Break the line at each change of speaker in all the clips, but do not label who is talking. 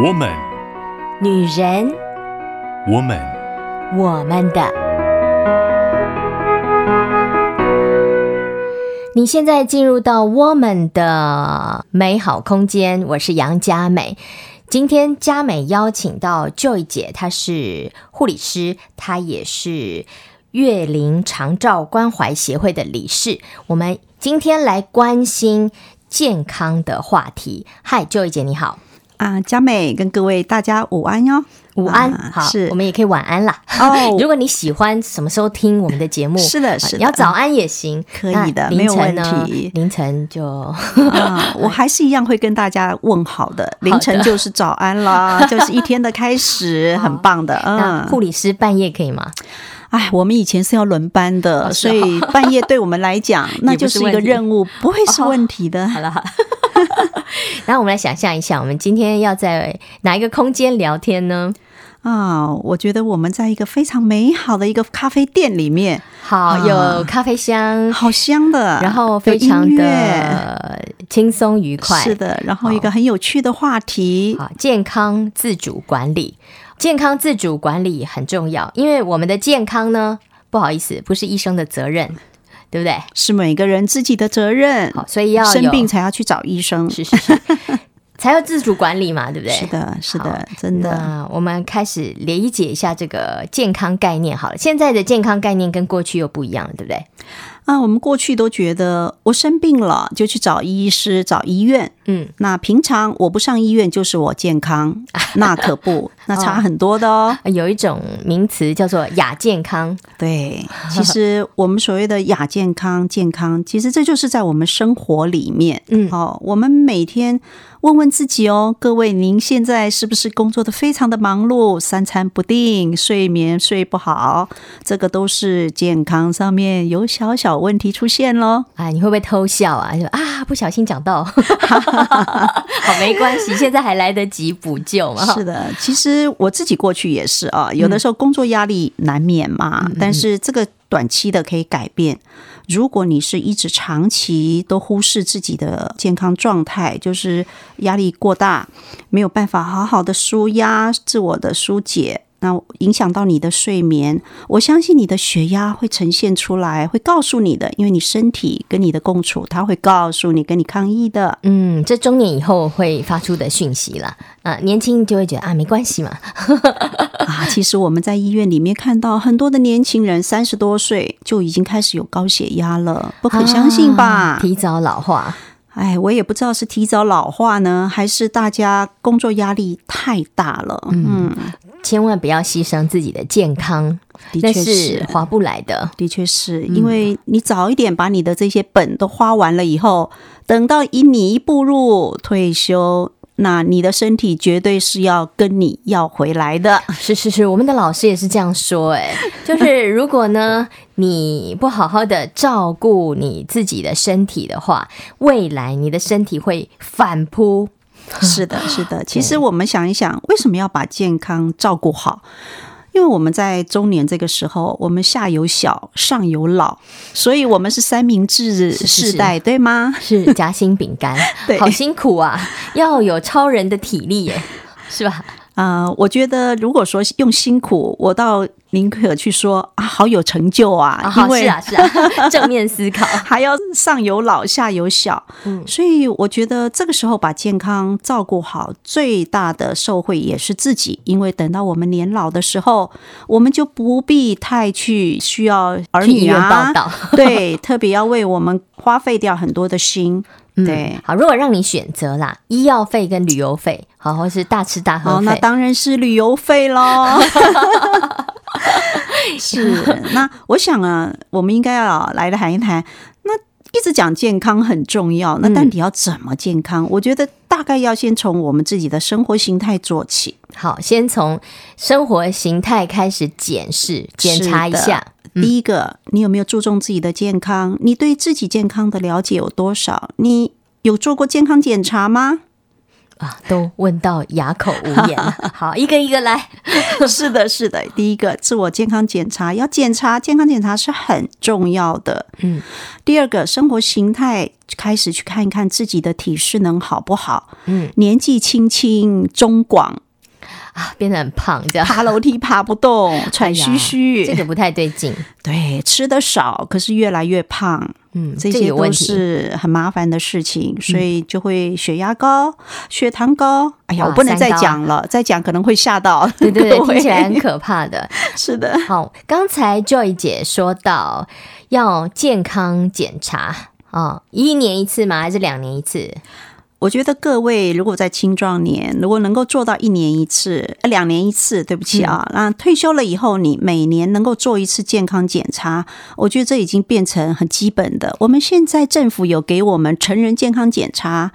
Woman,
女人，
woman,
我们的。你现在进入到我们的美好空间，我是杨佳美。今天佳美邀请到 Joy 姐，她是护理师，她也是月龄长照关怀协会的理事。我们今天来关心健康的话题。嗨，Joy 姐，你好，
啊，佳美跟各位大家午安哟，
午安。
啊
好，
是
我们也可以晚安啦。
哦
如，果你喜欢什么时候听我们的节目，
是的，是
呃
的，嗯
你要早安也行，
可以的
那凌晨呢
没有 问题
凌晨就
啊，我还是一样会跟大家问好的，凌晨就是早安 啦，就是一天的开始，很棒的，
那
嗯
护，理师半夜可以 吗？
哎，我们以前是要轮班的，
是
所
哦
以半夜对我们来 讲，那就是一个任务，不会是问题的，
好了 好了，然后我们来想象一下，我们今天要在哪一个空间聊天呢？哦
啊，我觉得我们在一个非常美好的一个咖啡店里面，
好，
啊
有咖啡香，
好香的，
嗯然后非常的轻松愉快，哦
是的，然后一个很有趣的话题，
好，健康自主管理，健康自主管理很重要，因为我们的健康呢，不好意思，不是医生的责任，对不对？
是每个人自己的责任。
好，所以要有
生病才要去找医生。
是是是， 才要自主管理嘛，对不对？
是。的，是
好
的，真的。
那我们开始理解一下这个健康概念好了。现在的健康概念跟过去又不一样了，对不对？
啊，我们过去都觉得我生病了就去找医师、找医院。
嗯，
那平常我不上医院就是我 健康，那可不，那差很多的哦。
呃有一种名词叫做亚健康，
对，其实我们所谓的亚健康、健康，其实这就是在我们生活里面。
嗯
哦，我们每天问问自己哦，各位，您现在是不是工作的非常的忙碌，三餐不定，睡眠睡不好，这个都是健康上面有小小问题出现咯。
啊，你会不会偷笑啊？就啊，不小心讲到， 好没关系，现在还来得及补救嘛。
是的，其实我自己过去也是啊，有的时候工作压力难免嘛，但是这个短期的可以改变。如果你是一直长期都忽视自己的健康状态，就是压力过大，没有办法好好的舒压、自我的疏解，那影响到你的睡眠，我相信你的血压会呈现出来，会告诉你的，因为你身体跟你的共处，它会告诉你，跟你抗议的。
嗯，这中年以后会发出的讯息啦。啊、年轻就会觉得啊，没关系嘛。
啊，其实我们在医院里面看到很多的年轻人，三十多岁就已经开始有高血压了，不可相信
啊
吧？
提早老化，
哎、我也不知道是提早老化呢，还是大家工作压力太大了。嗯，
千万不要牺牲自己的健康，
的
那
确
是
是。嗯
划不来的。
的确是因为你早一点把你的这些本都花完了以后，等到一你一步入退休，那你的身体绝对是要跟你要回来的。
啊是是是，我们的老师也是这样说、诶，哎， 就是如果呢，你不好好的照顾你自己的身体的话，未来你的身体会反扑。
是的，是的。其实我们想一想，为什么要把健康照顾好？因为我们在中年这个时候，我们下有小，上有老，所以我们是三明
是
治
是
世代，对吗？
是夹心饼 干
对，
好辛苦啊！要有超人的体力耶，是吧？
啊、我觉得如果说用辛苦，我倒宁可去说啊，好有成就啊，
啊，
因
好，
为
是啊，是啊， 正面思考。
还要上有老下有小，
嗯
所以我觉得这个时候把健康照顾好，最大的受惠也是自己，因为等到我们年老的时候，我们就不必太去需要儿
去医
女
院报，
啊
道，
对，特别要为我们花费掉很多的心，对
嗯。好，如果让你选择啦，医药费跟旅游费，好，或是大吃大喝
好，那
费，
当然是旅游 费 喽。是，那我想啊，我们应该要来谈一谈。那一直讲健康很重要，那
嗯
但你要怎么健康？我觉得大概要先从我们自己的生活形态做起，
好，先从生活形态开始检视、检查一 下。嗯
第一个，你有没有注重自己的健康？你对自己健康的了解有多少？你有做过健康检查吗？
啊，都问到哑口无言了。好，一个一个来。啊
是的，是的。第一个，自我健康检查要检查，健康检查是很重要的。
嗯。
第二个，生活形态开始去看一看自己的体适能好不好。
嗯
年纪轻轻 中广，
啊，变得很胖这样，
爬楼梯爬不动，喘吁吁。
哎这个不太对劲。
对，吃的少，可是越来越胖，
嗯，
这
个
些
有问
都
题。嗯
是很麻烦的事情，所以就会血压高、血糖高。哎呀，
哇
我不能再
三高
讲了，再讲可能会吓到
对对
各
对，
位
听起来很可怕的。
是的，
好，刚才 Joy 姐说到要健康检查哦，一年一次吗？还是两年一次？
我觉得各位如果在青壮年，如果能够做到一年一次、呃两年一次，对不起啊，那退休了以后，你每年能够做一次健康检查，我觉得这已经变成很基本的。我们现在政府有给我们成人健康检查，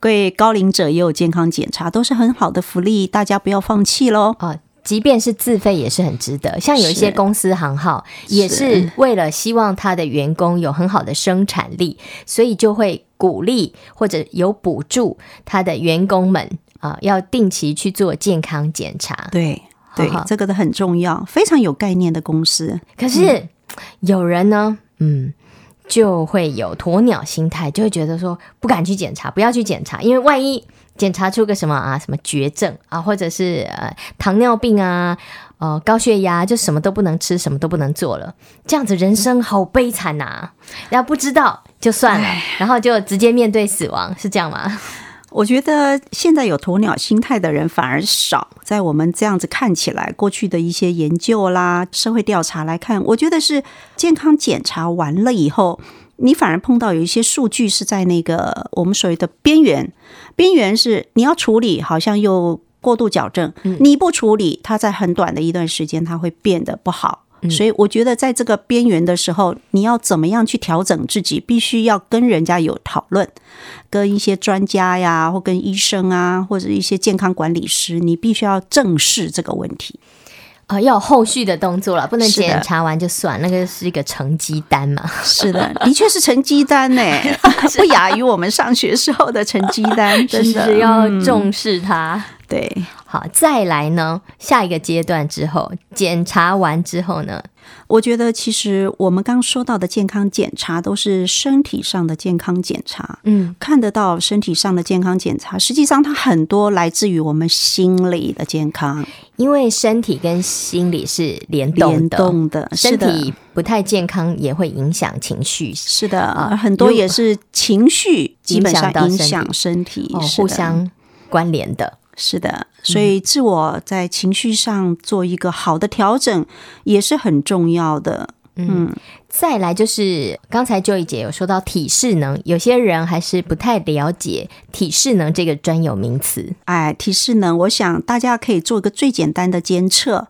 对高龄者也有健康检查，都是很好的福利，大家不要放弃喽。
哦，即便是自费也是很值得。像有一些
是
公司行号也是为了希望他的员工有很好的生产力，所以就会鼓励或者有补助他的员工们啊、要定期去做健康检查。
对。对
好好，
这个都很重要，非常有概念的公司。
可
嗯
是有人呢，嗯。就会有鸵鸟心态，就会觉得说不敢去检查，不要去检查，因为万一检查出个什么啊，什么绝症啊，或者是呃糖尿病啊，呃高血压，就什么都不能吃，什么都不能做了，这样子人生好悲惨呐、然后不知道就算了，然后就直接面对死亡，是这样吗？
我觉得现在有鸵鸟心态的人反而少，在我们这样子看起来，过去的一些研究啦、社会调查来看，我觉得是健康检查完了以后，你反而碰到有一些数据是在那个我们所谓的边缘，边缘是你要处理，好像又过度矫正，你不处理，它在很短的一段时间，它会变得不好。所以我觉得，在这个边缘的时候，你要怎么样去调整自己，必须要跟人家有讨论。跟一些专家呀，或跟医生啊，或者一些健康管理师，你必须要正视这个问 题。
啊、要有后续的动作了，不能
是的
检查完就算，那个是一个成绩单嘛。
是的，的确是成绩单 呢，不亚于我们上学时候的成绩单，真的
啊 是要
嗯
重视它。
对。
好，再来呢，下一个阶段之后，检查完之后呢，
我觉得其实我们刚说到的健康检查都是身体上的健康检查，
嗯，
看得到身体上的健康检查，实际上它很多来自于我们心理的健康
因为身体跟心理是联动
联
的，
动的，是
身
的
体不太健康也会影响情绪，
是的，而很多也是情绪基本上啊影响身体，
哦，
是的
互相关联的。
是的。所以自我在情绪上做一个好的调整也是很重要的。
再来就是刚才 Joy 姐有说到体适能，有些人还是不太了解体适能这个专有名词。
哎，提示呢，我想大家可以做一个最简单的监测，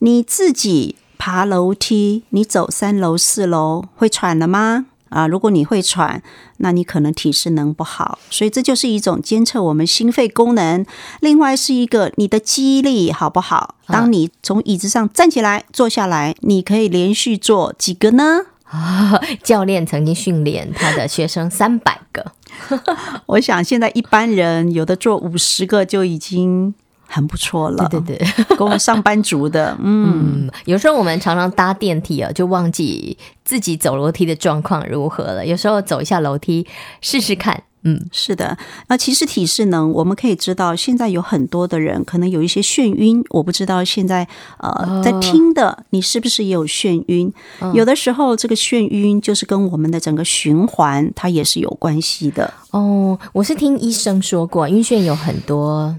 你自己爬楼梯，你走三楼四楼会喘了吗？啊，如果你会喘，那你可能体适能不好，所以这就是一种监测我们心肺功能。另外是一个你的肌力好不好？
啊
当你从椅子上站起来、坐下来，你可以连续做几个呢？
教练曾经训练他的学生三百个，
我想现在一般人有的做五十个就已经很不错了。
对对对。
对，跟我们上班族的，嗯
嗯，有时候我们常常搭电梯啊，就忘记自己走楼梯的状况如何了。有时候走一下楼梯试试看，嗯，
是的，那其实体适能，我们可以知道，现在有很多的人可能有一些眩晕，我不知道现在
哦
呃在听的你是不是也有眩晕？
嗯
有的时候这个眩晕就是跟我们的整个循环它也是有关系的。
哦，我是听医生说过，晕眩有很多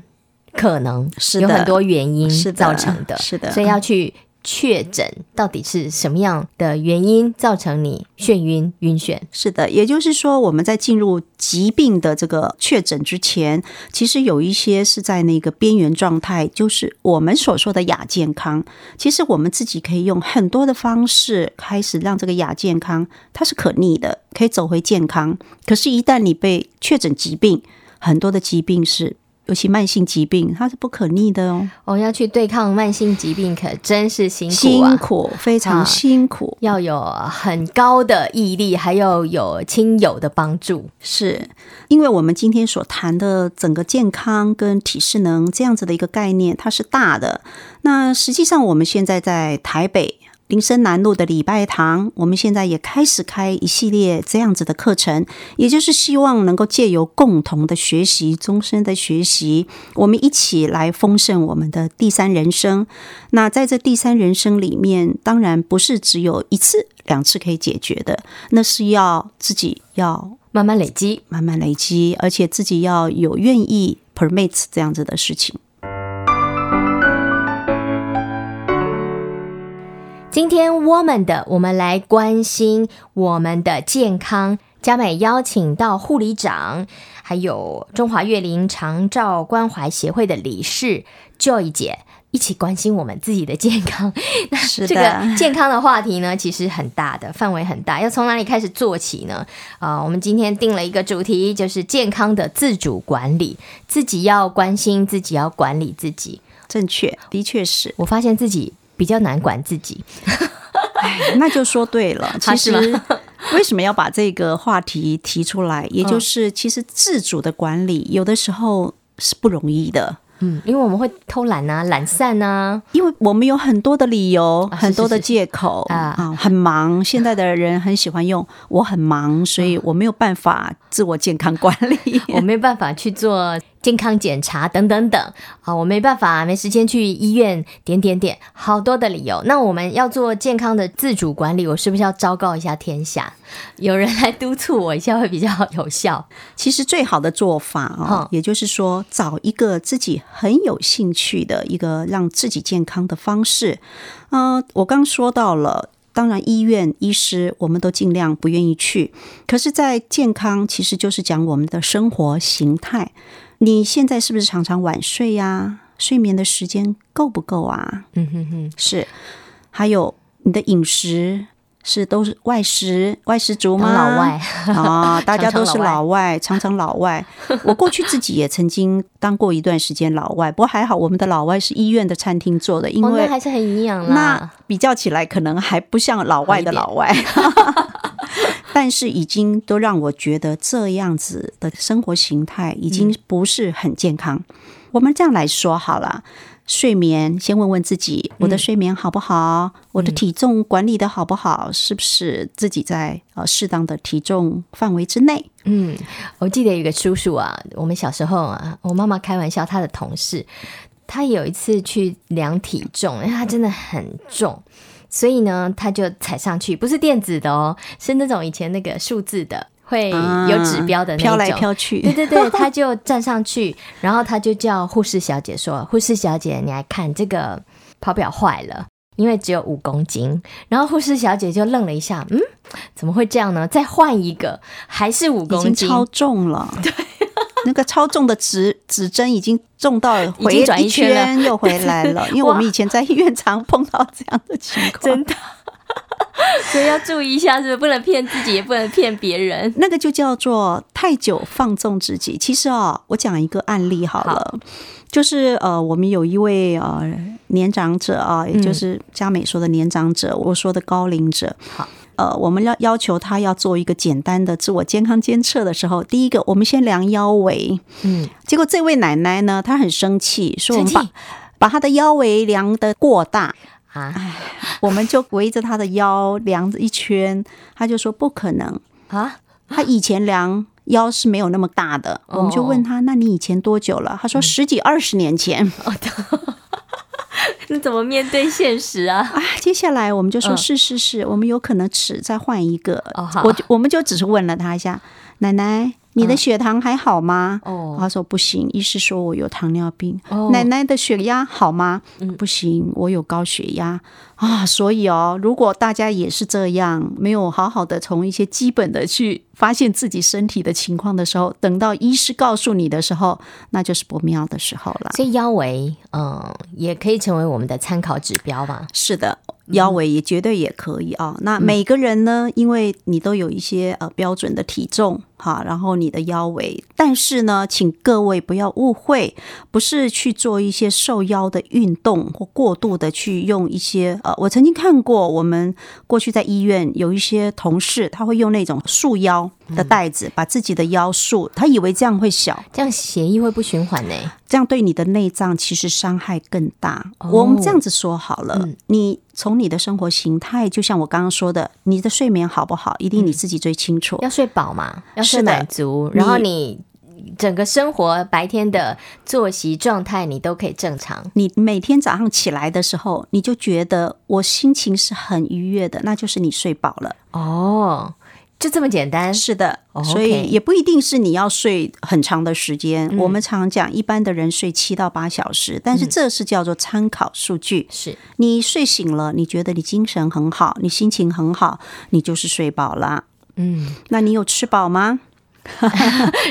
可能，
是
有
的
很多原因
是的
嗯造成的，
是的
所以要去确诊到底是什么样的原因造成你眩晕、晕眩。
是的，也就是说，我们在进入疾病的这个确诊之前，其实有一些是在那个边缘状态，就是我们所说的亚健康。其实我们自己可以用很多的方式开始让这个亚健康它是可逆的，可以走回健康。可是，一旦你被确诊疾病，很多的疾病是尤其慢性疾病，它是不可逆的哦，
我、要去对抗慢性疾病，可真是辛苦啊！
辛苦，非常辛苦。
要有很高的毅力，还要有亲友的帮助。
是因为我们今天所谈的整个健康跟体适能这样子的一个概念，它是大的。那实际上我们现在在台北林森南路的礼拜堂，我们现在也开始开一系列这样子的课程，也就是希望能够借由共同的学习、终身的学习，我们一起来丰盛我们的第三人生。那在这第三人生里面，当然不是只有一次、两次可以解决的，那是要自己要
慢慢累积，
慢慢累积，而且自己要有愿意 permit 这样子的 事情。
今天我们的我们来关心我们的健康。佳美邀请到护理长，还有中华月龄长照关怀协会的理事 Joy 姐。一起关心我们自己的健康。那
是
这
的
个健康的话题呢，其实很大的范围很大，要从哪里开始做起呢？啊、我们今天定了一个主题，就是健康的自主管理，自己要关心，自己要管理自己。
正确，的确是，
我发现自己比较难管自己，
哎那就说 对了。其
啊是
实 为什么要把这个话题提出来，
嗯
也就是其实自主的管理有的时候是不容易的，
嗯，因为我们会偷懒啊、懒散 啊，
因为我们有很多的理由、
啊是
很多的
是是
借口
啊
很忙。现在的人很喜欢用“我很忙”，所
啊
以我没有办法自我健康管 理。
我没办法去做健康检查等等等啊，我没办法没时间去医院点点点，好多的理由。那我们要做健康的自主管理，我是不是要昭告一下天下，有人来督促我一下会比较有效？
其实最好的做法哦
嗯，
也就是说，找一个自己很有兴趣的一个让自己健康的方式。呃，我刚说到了。当然，医院、医师我们都尽量不愿意去。可是，在健康其实就是讲我们的生活形态。你现在是不是常常晚睡呀、睡眠的时间够不够啊？
嗯哼哼，
是，还有你的饮食是都是外食，外食族吗？
当老外，
啊，大家都是
常常
老外，常常老外。 我过去自己也曾经当过一段时间老外，不过还好我们的老外是医院的餐厅做的，因
哦，
为
那还是很营养
那
啦。
比较起来可能还不像老外的老外。 但是已经都让我觉得这样子的生活形态已
嗯
经不是很健康。我们这样来说好了，睡眠先问问自己，我
嗯
的睡眠好不好？我的体重管理的好不好？是不是自己在呃适当的体重范围之内？
嗯，我记得有一个叔叔啊，我们小时候啊，我妈妈开玩笑，她的同事，他有一次去量体重，因为他真的很重，所以呢，他就踩上去，不是电子的哦，是那种以前那个数字的，会有指标的那一种。
啊飘来飘
对
去。
对对，他就站上去，然后他就叫护士小姐说：“护士小姐，你来看这个跑表坏了，因为只有五公斤。”然后护士小姐就愣了一下，嗯，怎么会这样呢？再换一个，还是五
已
公
经
斤，
超 重了，对，那个超重的指指针已经重到
已
回
经转
一
一圈了
圈又回来了，因为我们以前在医院常碰到这样的情况
真。的。所以要注意一下，是不是不能骗自己，也不能骗别人。
那个就叫做太久放纵自己。其实啊、我讲一个案例好了，就是呃，我们有一位呃年长者啊，
嗯
也就是佳美说的年长者，我说的高龄者。
好。
呃，我们要要求他要做一个简单的自我健康监测的时候，第一个我们先量腰围。
嗯，
结果这位奶奶呢，她很生气，说我们
生
把
气
把她的腰围量得过大，
啊
我们就围着她的腰量着一圈，她就说不可能，
啊，
他以前量腰是没有那么大的，
哦嗯
我们就问他，那你以前多久了？他说十几二十年前。
啊那怎么面对现实啊？
啊，接下来我们就说
嗯
是是是，我们有可能尺再换一个。
哦好嗯
我就我们就只是问了他一下，奶奶，你的血糖还好吗？
哦
他说不行，医师说我有糖尿病。
哦
奶奶的血压好吗？不行，我有高血压啊。所以哦，如果大家也是这样，没有好好的从一些基本的去发现自己身体的情况的时候，等到医师告诉你的时候，那就是不妙的时候了。
呃所以腰围，嗯，也可以成为我们的参考指标嘛。
是的，腰围也绝对也可以啊。那每个人呢，因为你都有一些呃标准的体重哈，然后你的腰围，但是呢，请各位不要误会，不是去做一些瘦腰的运动或过度的去用一些呃，我曾经看过我们过去在医院有一些同事，他会用那种束腰的带子把自己的腰束，他以为这样会小，
这样血液会不循环呢、
这样对你的内脏其实伤害更大。
哦
我们这样子说好了，
嗯
你从你的生活形态，就像我刚刚说的，你的睡眠好不好，一定你自己最清楚。
要睡饱嘛，要睡
是的
满足，然后你整个生活白天的作息状态你都可以正常。
你每天早上起来的时候，你就觉得我心情是很愉悦的，那就是你睡饱了。
哦，就这么简单。
是的，
哦
所
OK 嗯
以也不一定是你要睡很长的时间。我们常讲，一般的人睡七到八小时，但是这是叫做参考数据。
是，
你睡醒了，你觉得你精神很好，你心情很好，你就是睡饱啦。
嗯，
那你有吃饱吗？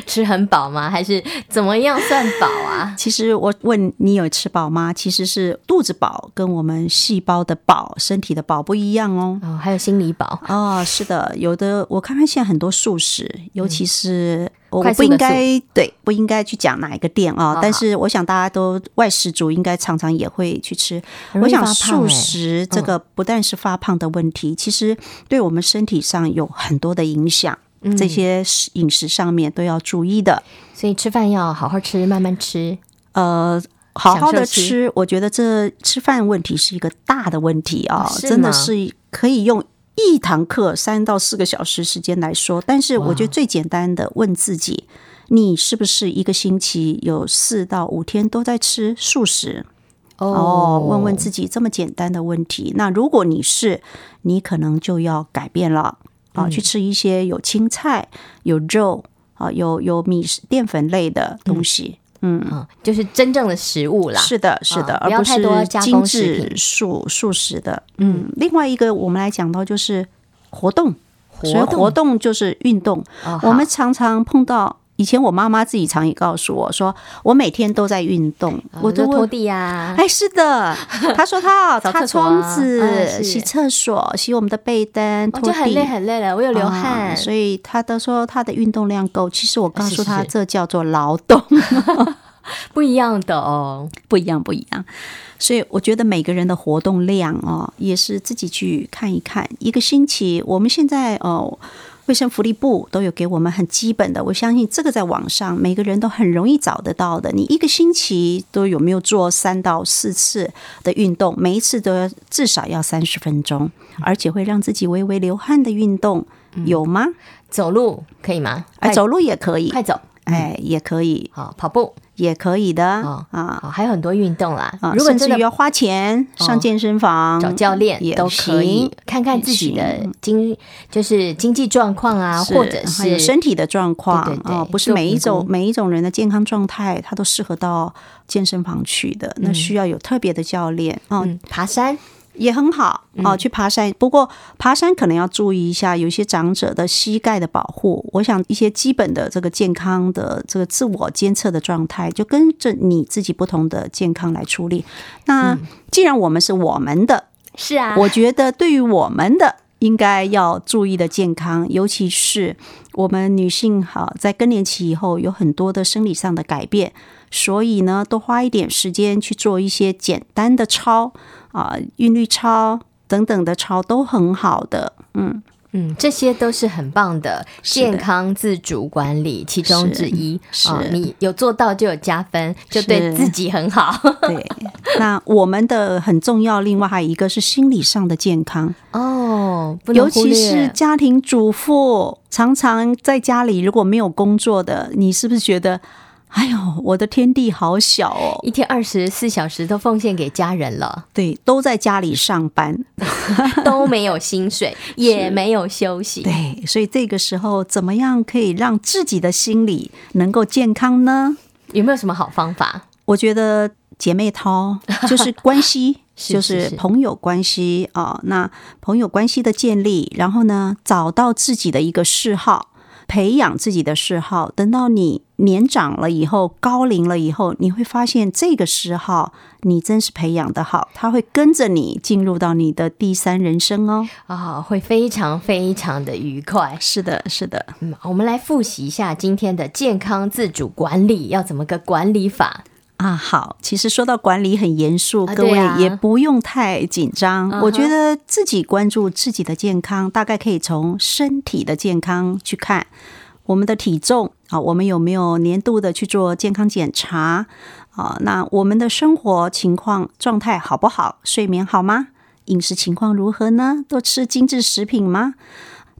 吃很饱吗？还是怎么样算饱啊？
其实我问你有吃饱吗？其实是肚子饱跟我们细胞的饱、身体的饱不一样哦。
哦，还有心理饱，
哦，是的，有的我看看现在很多素食，尤其是我
嗯快
我
速
不
的
应该对不应该去讲哪一个店啊、
好
但是我想大家都外食族应该常常也会去吃。
很容
我
易
想
发胖欸
素食这个不但是发胖的问题，其实对我们身体上有很多的影响，
嗯
这些食饮食上面都要注意的。
所以吃饭要好好吃，慢慢吃。
呃，好好的
享受吃
吃，我觉得这吃饭问题是一个大的问题啊、
哦是吗
真的是可以用一堂课三到四个小时时间来说。但是我觉得最简单的，问自己，你是不是一个星期有四到五天都在吃素食？哦，问问自己这么简单的问题。那如果你是，你可能就要改变了
嗯
啊，去吃一些有青菜、有肉啊、有有米淀粉类的东西。
嗯，就是真正的食物啦。
是的，是的，
啊不
而
要
不
太多
是
加
精
工食
致
品
素素食的。嗯，另外一个我们来讲到就是活动，所以活动就是运动。
哦，好
我们常常碰到，以前我妈妈自己常也告诉我说，我每天都在运动，
啊
我
就
都
拖
问。
地啊，
哎，是 的，她说她
扫
擦
厕所啊
窗子、
嗯是
洗厕所、洗我们的被单、
我
拖
哦就
地，
很累很累了，我有流汗，
啊所以他都说他的运动量够。其实我告
是
诉
是
他，
是
这叫做劳动。
不一样的哦。
不一样，不一样。所以我觉得每个人的活动量哦，也是自己去看一看。一个星期，我们现在哦，卫生福利部都有给我们很基本的，我相信这个在网上每个人都很容易找得到的。你一个星期都有没有做三到四次的运动？每一次都要至少要三十分钟，
嗯
而且会让自己微微流汗的运动有吗？
走路可以吗？
哎，
快
走路也可以，
快走，
哎，也可以，
好，跑步，
也可以的
哦
啊。
好，还有很多运动啦。
啊，
如果
甚
真
至
的
于要花钱上健身房，
找教练
也
都可以
行，
看看自己的经就是经济状况啊，
是
或者
还有
是
身体的状况
对对对
哦，不是
做
每一
评
种
估
每一种人的健康状态，他都适合到健身房去的，那需要有特别的教练哦，
嗯爬山，
也很好哦，去爬山。不过爬山可能要注意一下，有一些长者的膝盖的保护，我想一些基本的这个健康的这个自我监测的状态，就跟着你自己不同的健康来处理。
嗯
那既然我们是我们的，
是啊，
我觉得对于我们的应该要注意的健康，尤其是我们女性哈，在更年期以后有很多的生理上的改变，所以呢，多花一点时间去做一些简单的操啊、韵律操等等的操都很好的。
嗯，这些都是很棒的
是的
健康自主管理其中之一。
是
啊你有做到就有加分，就对
是
自己很 好。
对，那我们的很重要，另外还有一个是心理上的健康。
哦，不能
尤
忽
其
略
是家庭主妇，常常在家里如果没有工作的，你是不是觉得，哎呦，我的天地好小哦？
一天二十四小时都奉献给家人 了，
对，都在家里上班，
都没有薪水，也没有休息。
对，所以这个时候怎么样可以让自己的心理能够健康呢？
有没有什么好方法？
我觉得姐妹淘就是关系，
是
就是是
是
朋友关系啊、那朋友关系的建立，然后呢，找到自己的一个嗜好。培养自己的嗜好，等到你年长了以后、高龄了以后，你会发现这个嗜好你真是培养的好，它会跟着你进入到你的第三人生哦。
啊、会非常非常的愉快。
是的，是的。
嗯，我们来复习一下今天的健康自主管理要怎么个管理法。
啊，好，其实说到管理很严肃，
啊
各位
对啊
也不用太紧张。
嗯哼
我觉得自己关注自己的健康，大概可以从身体的健康去看我们的体重啊，我们有没有年度的去做健康检查啊？那我们的生活情况状态好不好？睡眠好吗？饮食情况如何呢？多吃精致食品吗？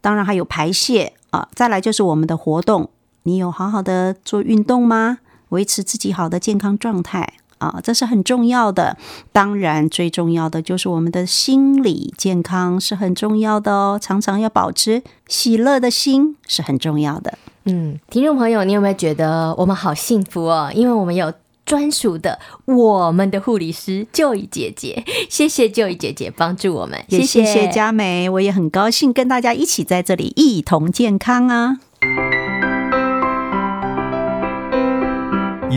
当然还有排泄啊，再来就是我们的活动，你有好好的做运动吗？维持自己好的健康状态啊，这是很重要的。当然，最重要的就是我们的心理健康是很重要的哦，常常要保持喜乐的心是很重要的。
嗯，听众朋友，你有没有觉得我们好幸福哦？因为我们有专属的我们的护理师 Joy 姐姐，谢谢 Joy 姐姐帮助我们，
也谢谢
谢
佳美，我也很高兴跟大家一起在这里一同健康啊。
以